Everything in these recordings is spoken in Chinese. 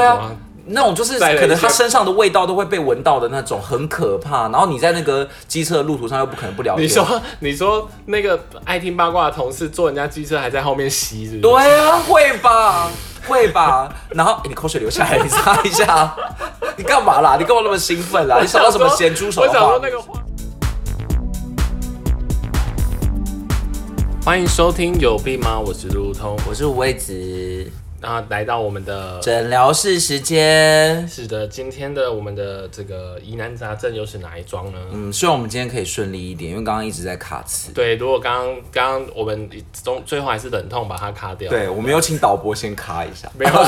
啊那种就是再来一可能下他身上的味道都会被闻到的那种，很可怕。然后你在那个机车的路途上又不可能不聊天。你说你说那个爱听八卦的同事坐人家机车还在后面吸是不是？对啊，会吧，会吧。然后、诶哎你口水流下来，你擦一下。 你干嘛啦？你干嘛那么兴奋啦？你啊想到什么咸猪手我的想说话？那个话。欢迎收听有病吗？我是路通，我是五味子，然后来到我们的诊疗室时间。是的，今天的我们的这个疑难杂症又是哪一桩呢？嗯，希望我们今天可以顺利一点，因为刚刚一直在卡词。对，如果刚刚刚刚我们中最后还是忍痛把它卡掉。对，我们有请导播先卡一下，没有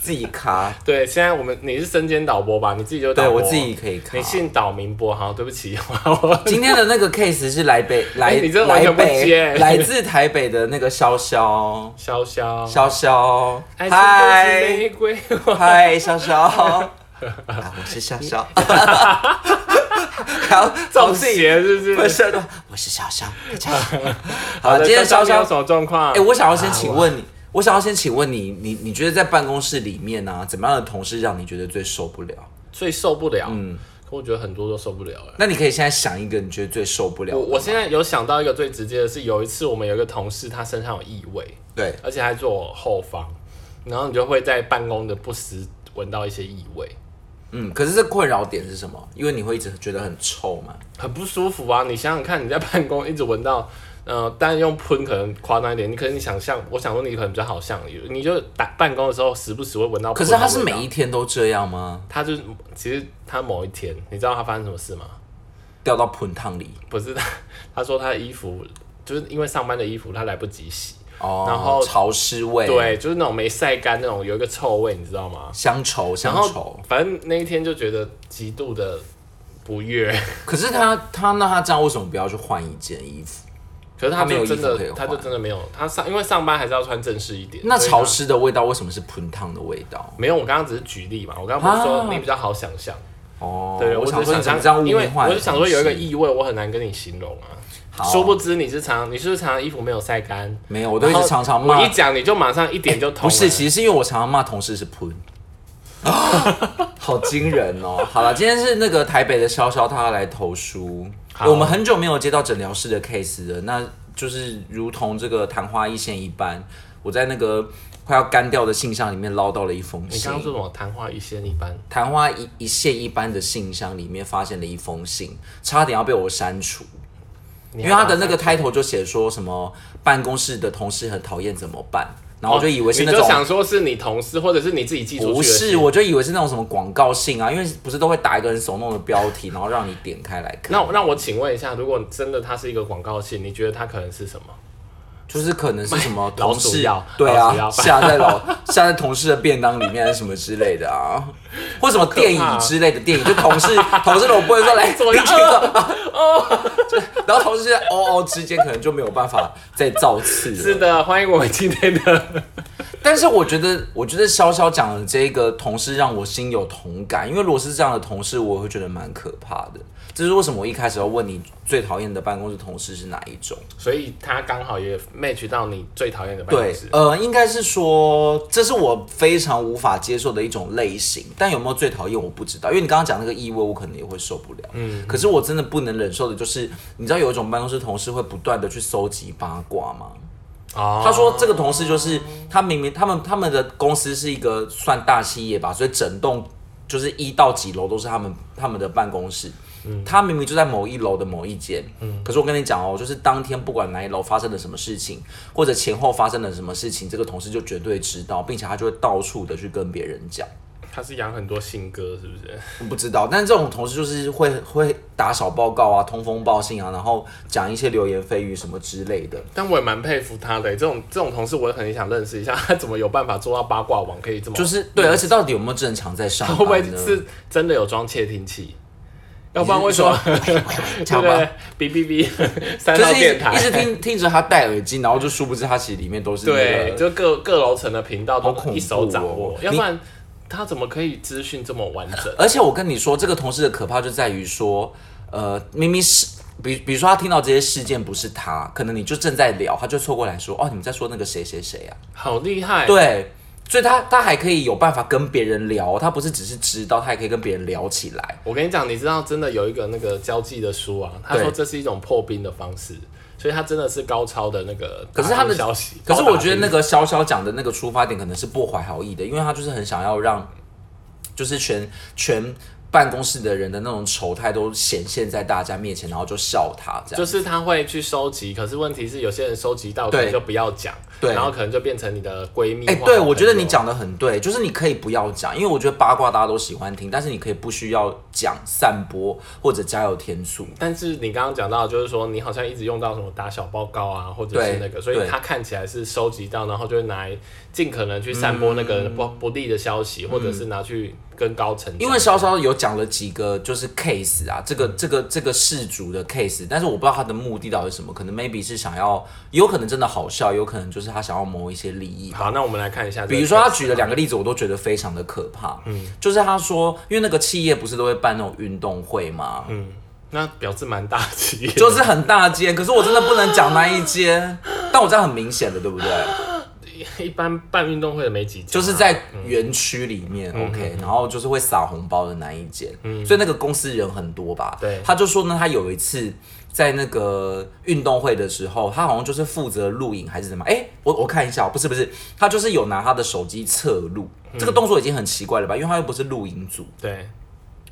自己卡。对，现在我们你是身兼导播吧？你自己就导对播我自己可以卡你姓岛民播，好，对不起， 我 今天的那个 case 是来北来、哎你真的完来全不 接北来自台北的那个潇潇潇潇，潇潇，爱嗨情哎都是玫瑰花。嗨潇 潇，啊我是潇潇，还要中邪是不是？不是的，我是潇潇，大家好。好好，的今天潇潇你有啊潇什么状况？哎、我想要先请问你，我想要先请问你，你你觉得在办公室里面呢、啊，怎么样的同事让你觉得最受不了？最受不了，嗯，可我觉得很多都受不了哎。那你可以现在想一个你觉得最受不了的我我现在有想到一个最直接的是，有一次我们有一个同事，他身上有异味，对，而且还坐我后方，然后你就会在办公的不时闻到一些异味，嗯，可是这困扰点是什么？因为你会一直觉得很臭嘛。很不舒服啊！你想想看，你在办公一直闻到，呃，但用喷可能夸张一点，你可能你想象，我想说你可能比较好像，你就打办公的时候时不时会闻到可喷是的味道。他是每一天都这样吗？他就是其实他某一天，你知道他发生什么事吗？掉到盆汤里不是他， 他说他的衣服就是因为上班的衣服他来不及洗，哦，然后潮湿味，，对，就是那种没晒干那种有一个臭味，你知道吗？乡愁然乡后愁。反正那一天就觉得极度的不悦， 可是他他那他这样为什么不要去换一件衣服？可是他他没有就衣服真的可以换他就真的没有他上，因为上班还是要穿正式一点。那所以潮他湿的味道为什么是盆汤的味道？没有，我刚刚只是举例嘛，我刚刚不是说啊你比较好想象，哦，对我只想是说你怎么想这样象，污因为名化我的同事，就想说有一个异味，我很难跟你形容啊。好殊不知你是常，你是不是常衣服没有晒干，没有，我都一直常常我骂哎一。讲你就马上一点就通了。不是，其实是因为我常常骂同事是喷。 啊，好惊人哦！好了，今天是那个台北的潇潇，他要来投书。好我们很久没有接到诊疗室的 case 了，那就是如同这个昙花一现一般，我在那个快要干掉的信箱里面捞到了一封你信刚。刚说什么昙花一现一般？昙花一一现一般的信箱里面发现了一封信，差点要被我删除，因因为他的那个 title 就写说什么办公室的同事很讨厌怎么办，然后我就以为是那哦你种就想说是你同事或者是你自己寄出去的不是，信我就以为是那种什么广告信啊，因为不是都会打一个很耸动的标题，然后让你点开来看，那我那我请问一下，如果真的它是一个广告信，你觉得它可能是什么？就是可能是什么老同鼠事药对老鼠药啊，下在老下在同事的便当里面还是什么之类的啊，或什么电好可怕影啊之类的电影，就同事同事我不会说 来做一个你请哦， 就然后同事在哦哦之间可能就没有办法再造次了是。的，欢迎我们今天的 但是我觉得，我觉得潇潇讲的这个同事让我心有同感，因为如果是这样的同事，我会觉得蛮可怕的。这是为什么我一开始要问你最讨厌的办公室同事是哪一种？所以他刚好也 match 到你最讨厌的办公对室，。呃，应该是说这是我非常无法接受的一种类型，但有没有最讨厌我不知道，因为你刚刚讲那个异味，我可能也会受不了。嗯，可是我真的不能忍受的就是，你知道有一种办公室同事会不断的去搜集八卦吗？哦他说这个同事就是他明明他们他们的公司是一个算大企业吧，所以整栋就是一到几楼都是他们他们的办公室。他明明就在某一楼的某一间，可是我跟你讲哦，就是当天不管哪一楼发生了什么事情，或者前后发生了什么事情，这个同事就绝对知道，并且他就会到处的去跟别人讲。他是养很多信鸽，是不是？我不知道，但这种同事就是会会打小报告啊、通风报信啊，然后讲一些流言蜚语什么之类的。但我也蛮佩服他的，这种这种同事我也很想认识一下，他怎么有办法做到八卦网可以这么？就是对，而且到底有没有正常在上他班 会呢？不会是真的有装窃听器？要不然为什 么？ 对讲不吧对？哔 哔哔，三就号是一电直台一直听听着他戴耳机，然后就殊不知他其实里面都是那对，个就各各楼层的频道好恐都怖一手掌握，哦要不然他怎么可以资讯这么完 整？而且我跟你说，这个同事的可怕就在于说，呃，明明是。比比如说，他听到这些事件不是他，可能你就正在聊，他就凑过来说：“哦，你们在说那个谁谁谁啊哎好厉害！，？”对，所以他他还可以有办法跟别人聊哦，他不是只是知道，他还可以跟别人聊起来。我跟你讲，你知道真的有一个那个交际的书啊，他对说这是一种破冰的方式，所以他真的是高超的那个可是他打的听消息，可是我觉得那个个潇潇讲的那个出发点可能是不怀好意的，因为他就是很想要让，就是全全办公室的人的那种丑态都显现在大家面前，然后就笑他这样。就是他会去收集，可是问题是有些人收集到可对能就不要讲，对然后可能就变成你的闺蜜。哎、或对，好我觉得朋你友讲的很对，就是你可以不要讲，因为我觉得八卦大家都喜欢听，但是你可以不需要讲散播或者加油添醋。但是你刚刚讲到，就是说你好像一直用到什么打小报告啊，或者是对那个，所以对他看起来是收集到，然后就会拿来尽可能去散播那个人不、不利的消息，或者是拿去跟高层讲。嗯因为潇潇有讲了几个就是 case 啊，这个这个这个事主的 case，但是我不知道他的目的到底是什么，可能 maybe 是想要，也有可能真的好笑，有可能就是他想要谋一些利益吧。好，那我们来看一下这个 case 啊，比如说他举了两个例子，我都觉得非常的可怕。嗯，就是他说，因为那个企业不是都会办那种运动会吗？那表示蛮大气，就是很大间，可是我真的不能讲那一间，但我这样很明显的，对不对？ 一般办运动会的没几家，就是在园区里面、o k 然后就是会撒红包的那一间，所以那个公司人很多吧？对他就说呢，他有一次在那个运动会的时候，他好像就是负责录影还是怎么样？哎、我我看一下哦，不是不是，他就是有拿他的手机侧录，这个动作已经很奇怪了吧？因为他又不是录影组，对，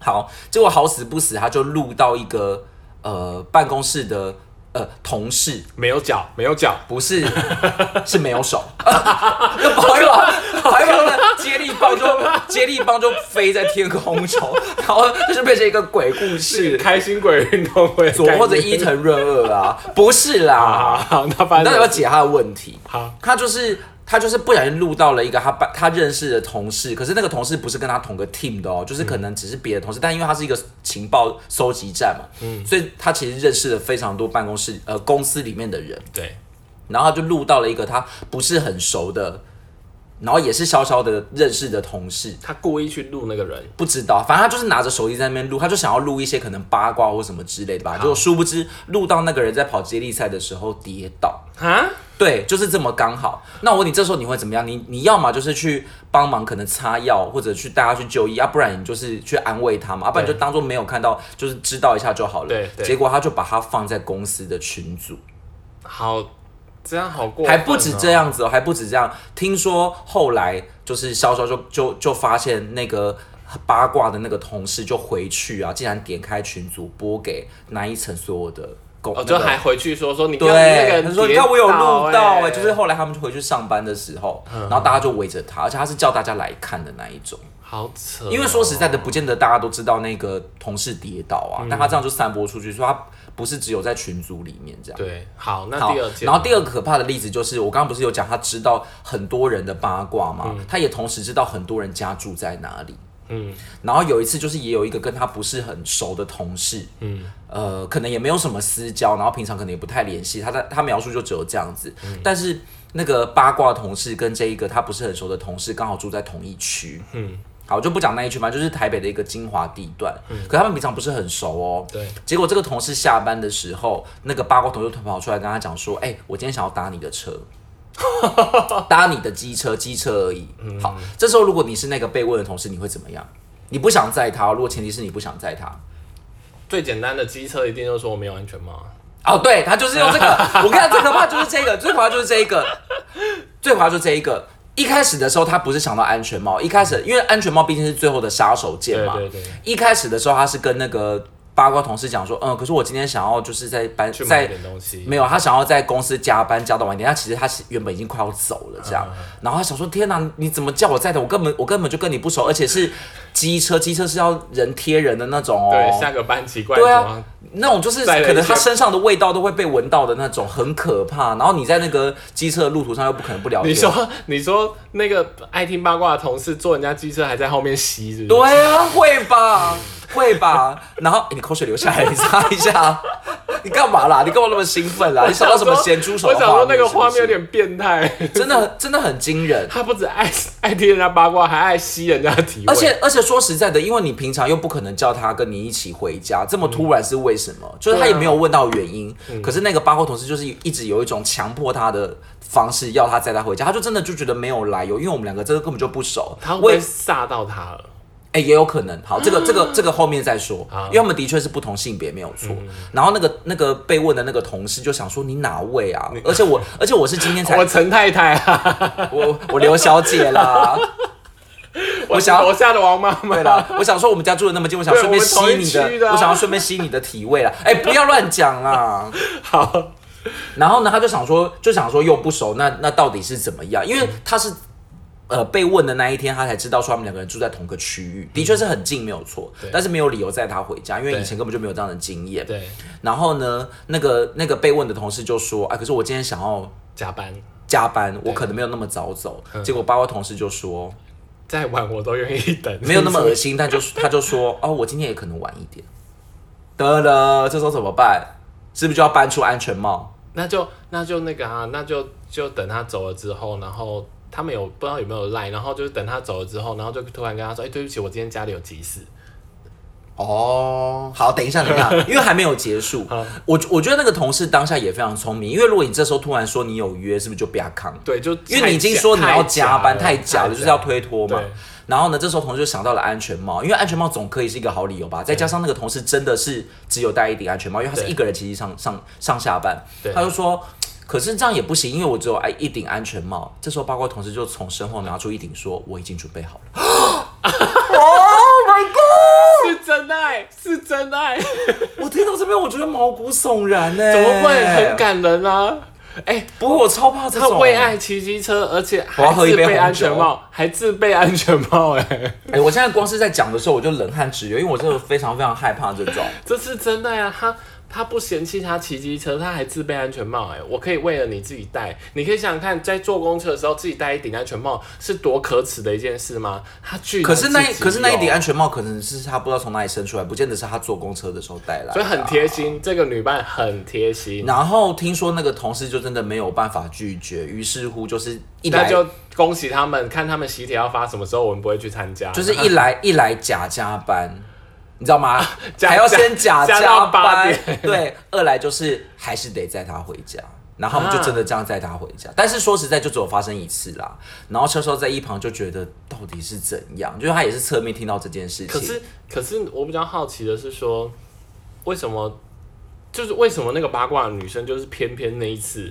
好，结果好死不死，他就录到一个呃办公室的呃同事，没有脚，没有脚，不是， 是没有手， 那跑一跑，跑一跑呢，接力棒就 接力棒就飞在天空中， 然后就是变成一个鬼故是事，开心鬼运动会的概左念，或者伊 藤润二啊，不是啦，啊，那你反到底要正解他的问题？好，他就是他就是不小心录到了一个他班他认识的同事，可是那个同事不是跟他同个 team 的哦，就是可能只是别的同事，但因为他是一个情报搜集站嘛，嗯所以他其实认识了非常多办公室呃公司里面的人。对，然后他就录到了一个他不是很熟的，然后也是潇潇的认识的同事，他故意去录那个人，不知道，反正他就是拿着手机在那边录，他就想要录一些可能八卦或什么之类的吧。结果殊不知录到那个人在跑接力赛的时候跌倒，啊，对，就是这么刚好。那我问你，这时候你会怎么样？你你要么就是去帮忙，可能擦药或者去带他去就医，要、啊不然你就是去安慰他嘛，要、不然你就当做没有看到，就是知道一下就好了。对对结果他就把他放在公司的群组。好，这样好过、啊还不止这。样子哦，还不止这样。听说后来就是潇潇就就就发现那个八卦的那个同事就回去啊，竟然点开群组播给那一层所有的工，哦，那个就还回去说说你跟那个对，人他说你跌看我有倒录到哎、欸嗯就是后来他们就回去上班的时候，然后大家就围着他，而且他是叫大家来看的那一种。好扯哦、因为说实在的，不见得大家都知道那个同事跌倒啊，嗯但他这样就散播出去，说他不是只有在群组里面这样。对，好，那好第二，件，然后第二个可怕的例子就是，我刚刚不是有讲他知道很多人的八卦嘛，他也同时知道很多人家住在哪里。嗯，然后有一次就是也有一个跟他不是很熟的同事，嗯，呃，可能也没有什么私交，然后平常可能也不太联系。他在他描述就只有这样子，嗯但是那个八卦同事跟这一个他不是很熟的同事刚好住在同一区，嗯。好，就不讲那一区，反正就是台北的一个精华地段。可他们平常不是很熟哦。嗯对。结果这个同事下班的时候，那个八卦同事就跑出来跟他讲说：“哎、我今天想要搭你的车。” 搭你的机车，机车而已。嗯好，这时候如果你是那个被问的同事，你会怎么样？你不想载他哦，如果前提是你不想载他。最简单的机车一定就是说我没有安全帽啊，哦，对他就是用这 个，我跟你讲，最可怕就是这个，最可怕就是这一个，最可怕就是这一个。一开始的时候，他不是想到安全帽，一开始因为安全帽毕竟是最后的杀手锏嘛。对对对一开始的时候，他是跟那个八卦同事讲说，嗯，可是我今天想要就是在班去买在点东西，没有，他想要在公司加班加到晚一点，他其实他是原本已经快要走了这嗯样，然后他想说天哪，你怎么叫我在的？我根本我根本就跟你不熟，而且是机车，机车是要人贴人的那种哦。对，下个班奇怪对怎啊么，那种就是带了一可能他些身上的味道都会被闻到的那种，很可怕。然后你在那个机车的路途上又不可能不聊你天。说你说那个爱听八卦的同事坐人家机车还在后面吸，是不是？啊哎对啊，会吧，会吧。然后、诶你口水流下来，你擦一下。你干嘛啦？你干嘛那么兴奋啦？你想到什么咸猪手我的想说那个画画面是有不是点变态，真的真的很惊人。他不止爱爱听人家八卦，还爱吸人家的体味。而且而且说实在的，因为你平常又不可能叫他跟你一起回家，这么突然是为什嗯么？就是他也没有问到原因。啊可是那个八卦同事就是一直有一种强迫他的方式，要他载他回家，他就真的就觉得没有来由，因为我们两个真的根本就不熟。他会不我也会啊吓到他了。哎、也有可能。好，这个这个这个后面再说好，因为我们的确是不同性别，没有错。嗯然后那个那个被问的那个同事就想说你哪位啊？而且我而且我是今天才我陈太太啊，我我刘小姐啦，我想要楼下的王妈妈对 啦，我想说我们家住的那么近，我想对顺便我们吸同一你区的，的啊我想要顺便吸你的体味 啦。哎、不要乱讲啦。好，然后呢，他就想说，就想说又不熟，那那到底是怎么样？嗯因为他是。呃，被问的那一天，他才知道说他们两个人住在同个区域，的确是很近，没有错嗯对。但是没有理由载他回家，因为对以前根本就没有这样的经验。对，然后呢，那个那个被问的同事就说：“啊，可是我今天想要加班加班，我可能没有那么早走。”嗯结果八卦同事就说再晚我都愿意等，：“没有那么恶心。”但就他就说：“哦，我今天也可能晚一点。”得了，这时候怎么办？是不是就要搬出安全帽？那就那就那个啊，那就就等他走了之后，然后他们有不知道有没有赖，然后就是等他走了之后，然后就突然跟他说，哎、对不起，我今天家里有急事，哦，好，等一下，等一下，因为还没有结束好。我我觉得那个同事当下也非常聪明，因为如果你这时候突然说你有约，是不是就不要扛？对，就因为你已经说你要加班，太假了，了就是要推脱嘛对。然后呢，这时候同事就想到了安全帽，因为安全帽总可以是一个好理由吧。再加上那个同事真的是只有戴一顶安全帽，因为他是对一个人骑机上上上下班对，他就说。可是这样也不行，因为我只有哎一顶安全帽。这时候八卦同事就从身后拿出一顶，说：“我已经准备好 了。Oh 是真爱，是真爱，怎”我听到这边，我觉得毛骨悚然呢、欸么会很？感人啊？哎、不过我超怕这他种。为爱骑机车，而且我要还喝一自杯备红安全酒帽，还自备安全帽、哎，哎、我现在光是在讲的时候，我就冷汗直流，因为我真的非常非常害怕这种。这是真的呀、他他不嫌弃他骑机车，他还自备安全帽、哎，我可以为了你自己戴。你可以想想看，在坐公车的时候自己戴一顶安全帽是多可耻的一件事吗？他居然可是那一自己可是那一有顶安全帽，可能是他不知道从哪里生出来，不见得是他坐公车的时候带来的啊、所以很贴心，这个女伴很贴心，然后听说那个同事就真的没有办法拒绝，于是乎就是一那来就恭喜他们，看他们喜帖要发什么时候，我们不会去参加，就是一来 一来假加班，你知道吗？啊假还要先假加加到八班 点，对。二来就是还是得载他回家，然后我们就啊真的这样载他回家。但是说实在，就只有发生一次啦。然后车手在一旁就觉得到底是怎样，就是他也是侧面听到这件事情。可是，可是我比较好奇的是说，为什么就是为什么那个八卦的女生就是偏偏那一次？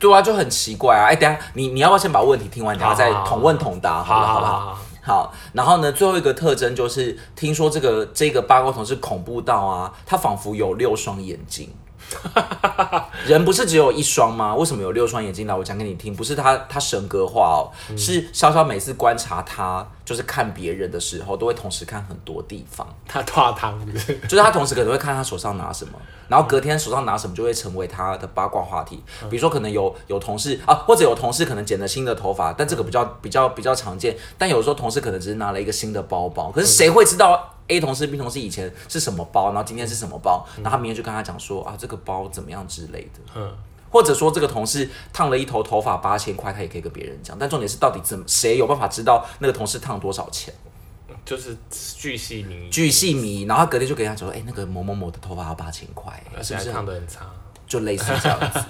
对啊，就很奇怪啊！哎、等一下你你要不要先把问题听完，等一下再好好好统问统答，好了，好不好？好，好，然后呢，最后一个特征就是，听说这个这个八卦同事恐怖到啊，他仿佛有六双眼睛。人不是只有一双吗？为什么有六双眼睛呢？我讲给你听，不是他他神格化哦，是潇潇每次观察他，就是看别人的时候，都会同时看很多地方。他跨汤是不是就是他同时可能会看他手上拿什么，然后隔天手上拿什么就会成为他的八卦话题。比如说，可能有有同事啊，或者有同事可能剪了新的头发，但这个比较比较比较常见。但有时候同事可能只是拿了一个新的包包，可是谁会知道 A 同事、B 同事以前是什么包，然后今天是什么包，然后他明天就跟他讲说啊，这个包怎么样之类的。嗯，或者说这个同事烫了一头头发八千块，他也可以跟别人讲。但重点是到底怎么谁有办法知道那个同事烫多少钱？就是巨细靡遗，巨细迷，然后他隔天就给他讲说，哎、那个某某某的头发要八千块，而是且不还是？烫的很差。就类似这样 子，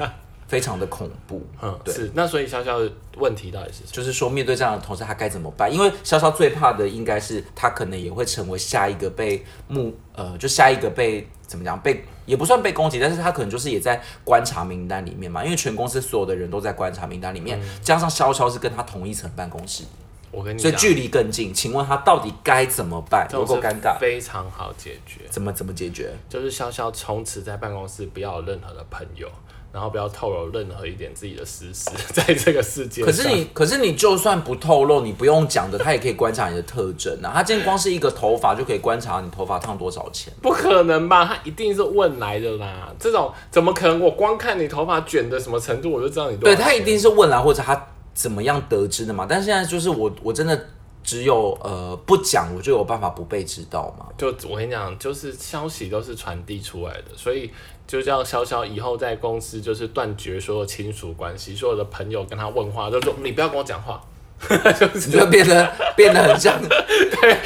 非常的恐怖。嗯，对是。那所以潇潇的问题到底是什么？就是说，面对这样的同事，他该怎么办？因为潇潇最怕的应该是他可能也会成为下一个被目呃，就下一个被怎么讲被也不算被攻击，但是他可能就是也在观察名单里面嘛。因为全公司所有的人都在观察名单里嗯面，加上潇潇是跟他同一层办公室，我跟你所讲以，距离更近。请问他到底该怎么办？啊这有种够事尴尬，非常好解决，怎么怎么解决？就是潇潇从此在办公室不要有任何的朋友，然后不要透露任何一点自己的私事， 在这个世界上。可是你，可是你就算不透露，你不用讲的，他 也可以观察你的特征啊。他今天光是一个头发就可以观察你头发烫多少钱。不可能吧？他一定是问来的啦！这种怎么可能？我光看你头发卷的什么程度，我就知道你多对少钱他一定是问来或者他怎么样得知的嘛。但现在就是我，我真的只有呃不讲，我就有办法不被知道吗？就我跟你讲，就是消息都是传递出来的，所以就叫潇潇以后在公司就是断绝所有亲属关系，所有的朋友跟他问话，就说你不要跟我讲话， 就是 你就变得变得很像，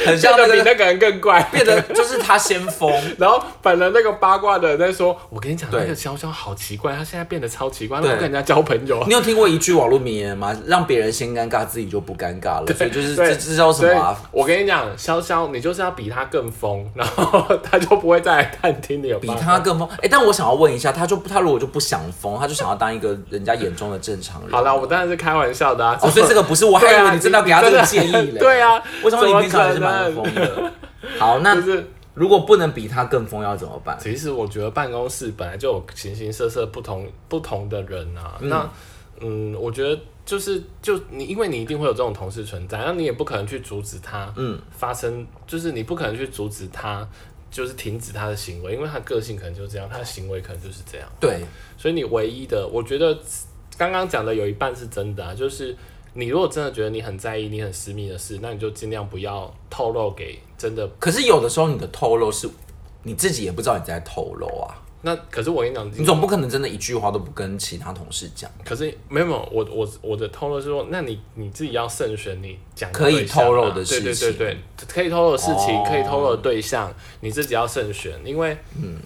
很像那个变得比那个人更怪。变得就是他先疯，然后本来那个八卦的人在说，我跟你讲，对那个潇潇好奇怪，他现在变得超奇怪，他对不跟人家交朋友。你有听过一句网络名言吗？让别人先尴尬，自己就不尴尬 了。所以就是对这这叫什所以么、啊？我跟你讲，潇潇，你就是要比他更疯，然后 他就不会再来探听你有比八卦他更疯。哎、但我想要问一下，他就他如果就不想疯，他就想要当一个人家眼中的正常人。好啦，我当然是开玩笑的啊。哦，所以这个不是我，还对啊以为你真的要给他这个建议嘞。你真的 对啊为什么怎你么平常也是可蛮能疯的？好，那就是如果不能比他更疯，要怎么办？ 其实我觉得办公室本来就有形形色色不同不同的人啊。那嗯，我觉得就是就你，因为你一定会有这种同事存在，那你也不可能去阻止他，嗯，发生就是你不可能去阻止他，就是停止他的行为，因为他个性可能就这样，他的行为可能就是这样。对，所以你唯一的，我觉得刚刚讲的有一半是真的啊，就是你如果真的觉得你很在意你很私密的事，那你就尽量不要透露给真的。可是有的时候你的透露是你自己也不知道你在透露啊。那可是我跟你讲，你总不可能真的一句话都不跟其他同事讲。可是没有没有，我我我的透露是说，那你你自己要慎选你讲的可以对象啊透露的事对对对对，可以透露的事情，哦可以透露的对象，你自己要慎选，因为嗯，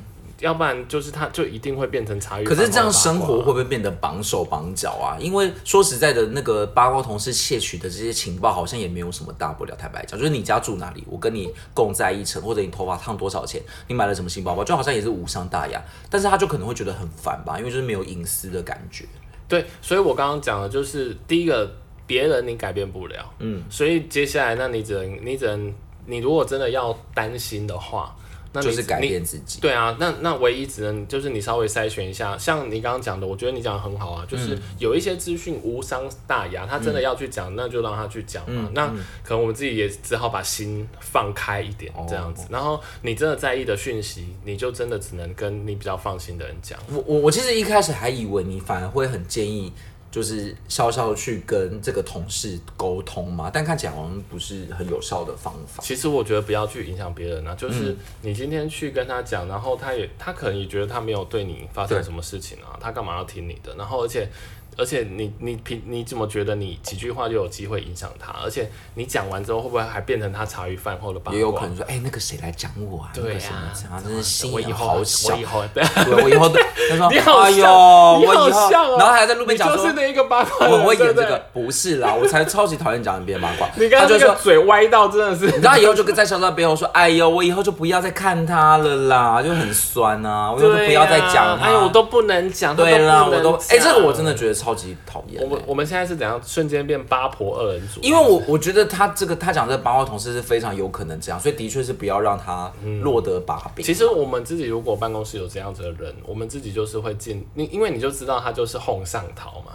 要不然就是他就一定会变成茶余可饭后的八卦。啊是这样生活会不会变得绑手绑脚啊？因为说实在的，那个八卦同事窃取的这些情报，好像也没有什么大不了。坦白讲，就是你家住哪里，我跟你共在一层，或者你头发烫多少钱，你买了什么新包包，就好像也是无伤大雅。但是他就可能会觉得很烦吧，因为就是没有隐私的感觉。对，所以我刚刚讲的就是第一个，别人你改变不了，嗯，所以接下来那你只能你只能你如果真的要担心的话，那你就是改你变自己。对啊，那那唯一只能就是你稍微筛选一下，像你刚刚讲的，我觉得你讲的很好啊，就是嗯有一些资讯无伤大雅，他真的要去讲，那就让他去讲嗯嘛。那可能我们自己也只好把心放开一点这样哦子，然后你真的在意的讯息，你就真的只能跟你比较放心的人讲。我我我其实一开始还以为你反而会很建议，就是潇潇去跟这个同事沟通嘛，但看起来好像不是很有效的方法。其实我觉得不要去影响别人啊，嗯就是你今天去跟他讲，然后他也他可能也觉得他没有对你发生对什么事情啊，他干嘛要听你的？然后而且而且你你凭你怎么觉得你几句话就有机会影响他？而且你讲完之后会不会还变成他茶余饭后的八卦？也有可能说，哎、那个谁来讲我啊？那对个什么啊讲啊，真是心我眼以后好我小。以后对，对，我以后 都他说，你 好哎呦，像你我好以后，像哦然后还在路边你讲就说是，那一个八卦人，我我演这对不对个。不是啦，我才超级讨厌讲别人八卦。 你刚他刚就那说个嘴歪到真的是，你知道以后就跟在潇潇背后说，哎呦，我以后就不要再看他了啦，就很酸啊， 我以后就对，不要再讲他。哎呦，我都不能讲，他对啦，不我能都哎、讲这个我真的觉得超级讨厌、我们欸我们现在是怎样瞬间变八婆二人组？啊因为我我觉得他这个他讲这个八卦同事是非常有可能这样，所以的确是不要让他落得把柄。其实我们自己如果办公室有这样子的人，我们自己就是会进你，因为你就知道他就是哄上逃嘛。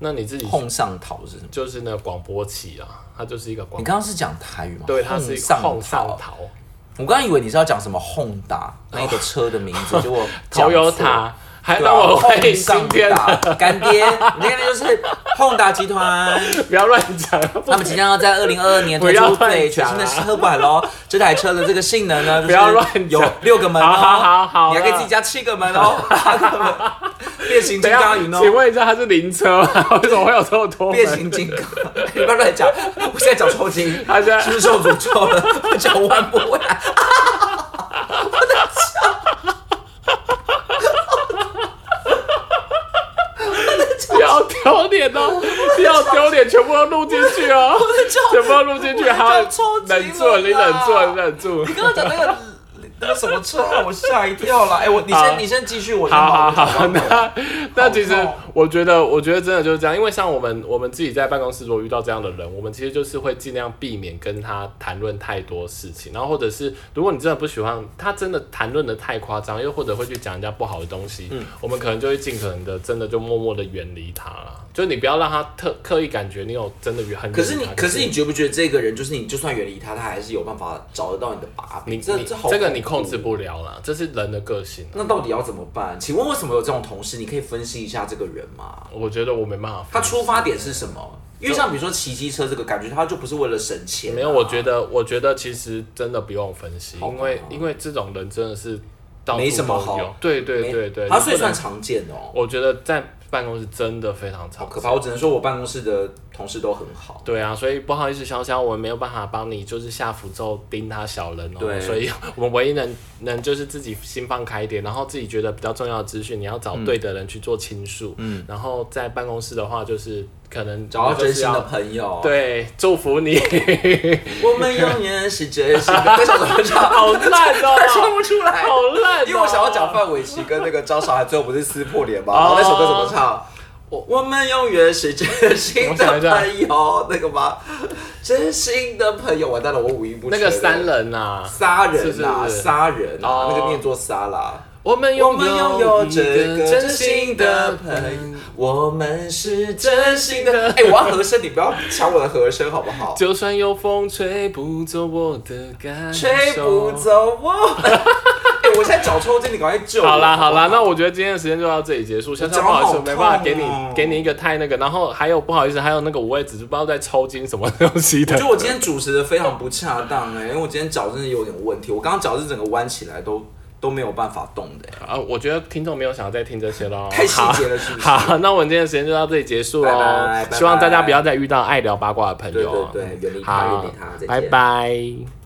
那你自己碰上讨是什么？就是那个广播器啊，它就是一个广你，刚刚是讲台语吗？对，它是一个碰哄上上讨。逃，我刚刚以为你是要讲什么轰打那个车的名 字，结果讲头油错塔，还对啊让我会碰今上天打， 干爹，你那个就是轰打集团。不要乱讲， 不他们即将要在二零二二年推不要出乱最全讲新的啊车款喽。这台车的这个性能呢，就是不要乱讲有六个门哦，好好好好你还可以自己加七个门哦，八个门，变形金等一下刚，you，请 know，问一下，它是灵车吗？ 为什么会有这么多门？变形金刚， 你不要乱讲，我现在脚抽筋，他现在是不是受诅咒了？我脚弯不回来，不要丢脸哦，不要丢脸，全部都录进去哦，全部都录进去，好，我的脚抽筋了忍住，你忍住，啦你忍住。你刚刚讲那个。那个什么车啊，我吓一跳了！哎、我你好先你先继续，我先好好忙好，那那其实好痛我觉得，我觉得真的就是这样，因为像我们我们自己在办公室如果遇到这样的人，我们其实就是会尽量避免跟他谈论太多事情，然后或者是如果你真的不喜欢他，真的谈论的太夸张，又或者会去讲人家不好的东西，我们可能就会尽可能的真的就默默的远离他了，就你不要让他特刻意感觉你有真的远很远离可他。是你，可是你觉不觉得这个人，就是你就算远离他，他还是有办法找得到你的把柄？你这你这好这个恐你怖控制不了啦，这是人的个性啊、那到底要怎么办？请问为什么有这种同事？你可以分析一下这个人吗？我觉得我没办法分析。他出发点是什么？因为像比如说骑机车这个感觉，他就不是为了省钱、啊没有，我觉得得，我觉得其实真的不用分析，好吧啊因为因为这种人真的是到处没什么都有好对对对对，他你所以不能算常见哦、我觉得在办公室真的非常好常可怕！我只能说我办公室的同事都很好。对啊，所以不好意思，潇潇，我们没有办法帮你，就是下符咒盯他小人哦、对所 以我们唯一能能就是自己心放开一点，然后自己觉得比较重要的资讯，你要嗯找对的人去做倾诉。嗯，然后在办公室的话，就是可能找到就是真心的要朋友，对，祝福你。 我们永远是真心的。我想怎么唱？好烂哦、 唱不出来，好烂、哦因为我想要讲，范玮琪跟那个张韶涵最后不是撕破脸吗？然后那首歌怎么唱？我我们永远是真心的朋友，那个吗？真心的朋友，完蛋了，我五音不那全。个三人呐、杀人啦，是是是杀人啊哦，那个念作杀啦。我们我拥们拥有有这一个个真真心心的的朋朋友友，，我们是真心的。 哎，我要和声，你不要抢我的和声好不好？就算有风吹不走我的感受，吹不走 我。哎、我现在脚抽筋，你赶快救我！好啦好啦，不那我觉得今天的时间就到这里结束。脚香香不好意好思，我没办法给你痛哦给你一个太那个，然后还有不好意思，还有那个五味子不知道在抽筋什么东西的我觉。得我今天主持的非常不恰当哎、因为我今天脚真的有点问题，我刚刚脚是整个弯起来都都没有办法动的、哎啊，我觉得听众没有想要再听这些喽。太细节了是不是好，好那我们今天的时间就到这里结束拜喽拜拜拜。希望大家不要再遇到爱聊八卦的朋对友对。对，远离他，远好离他，再见。拜拜。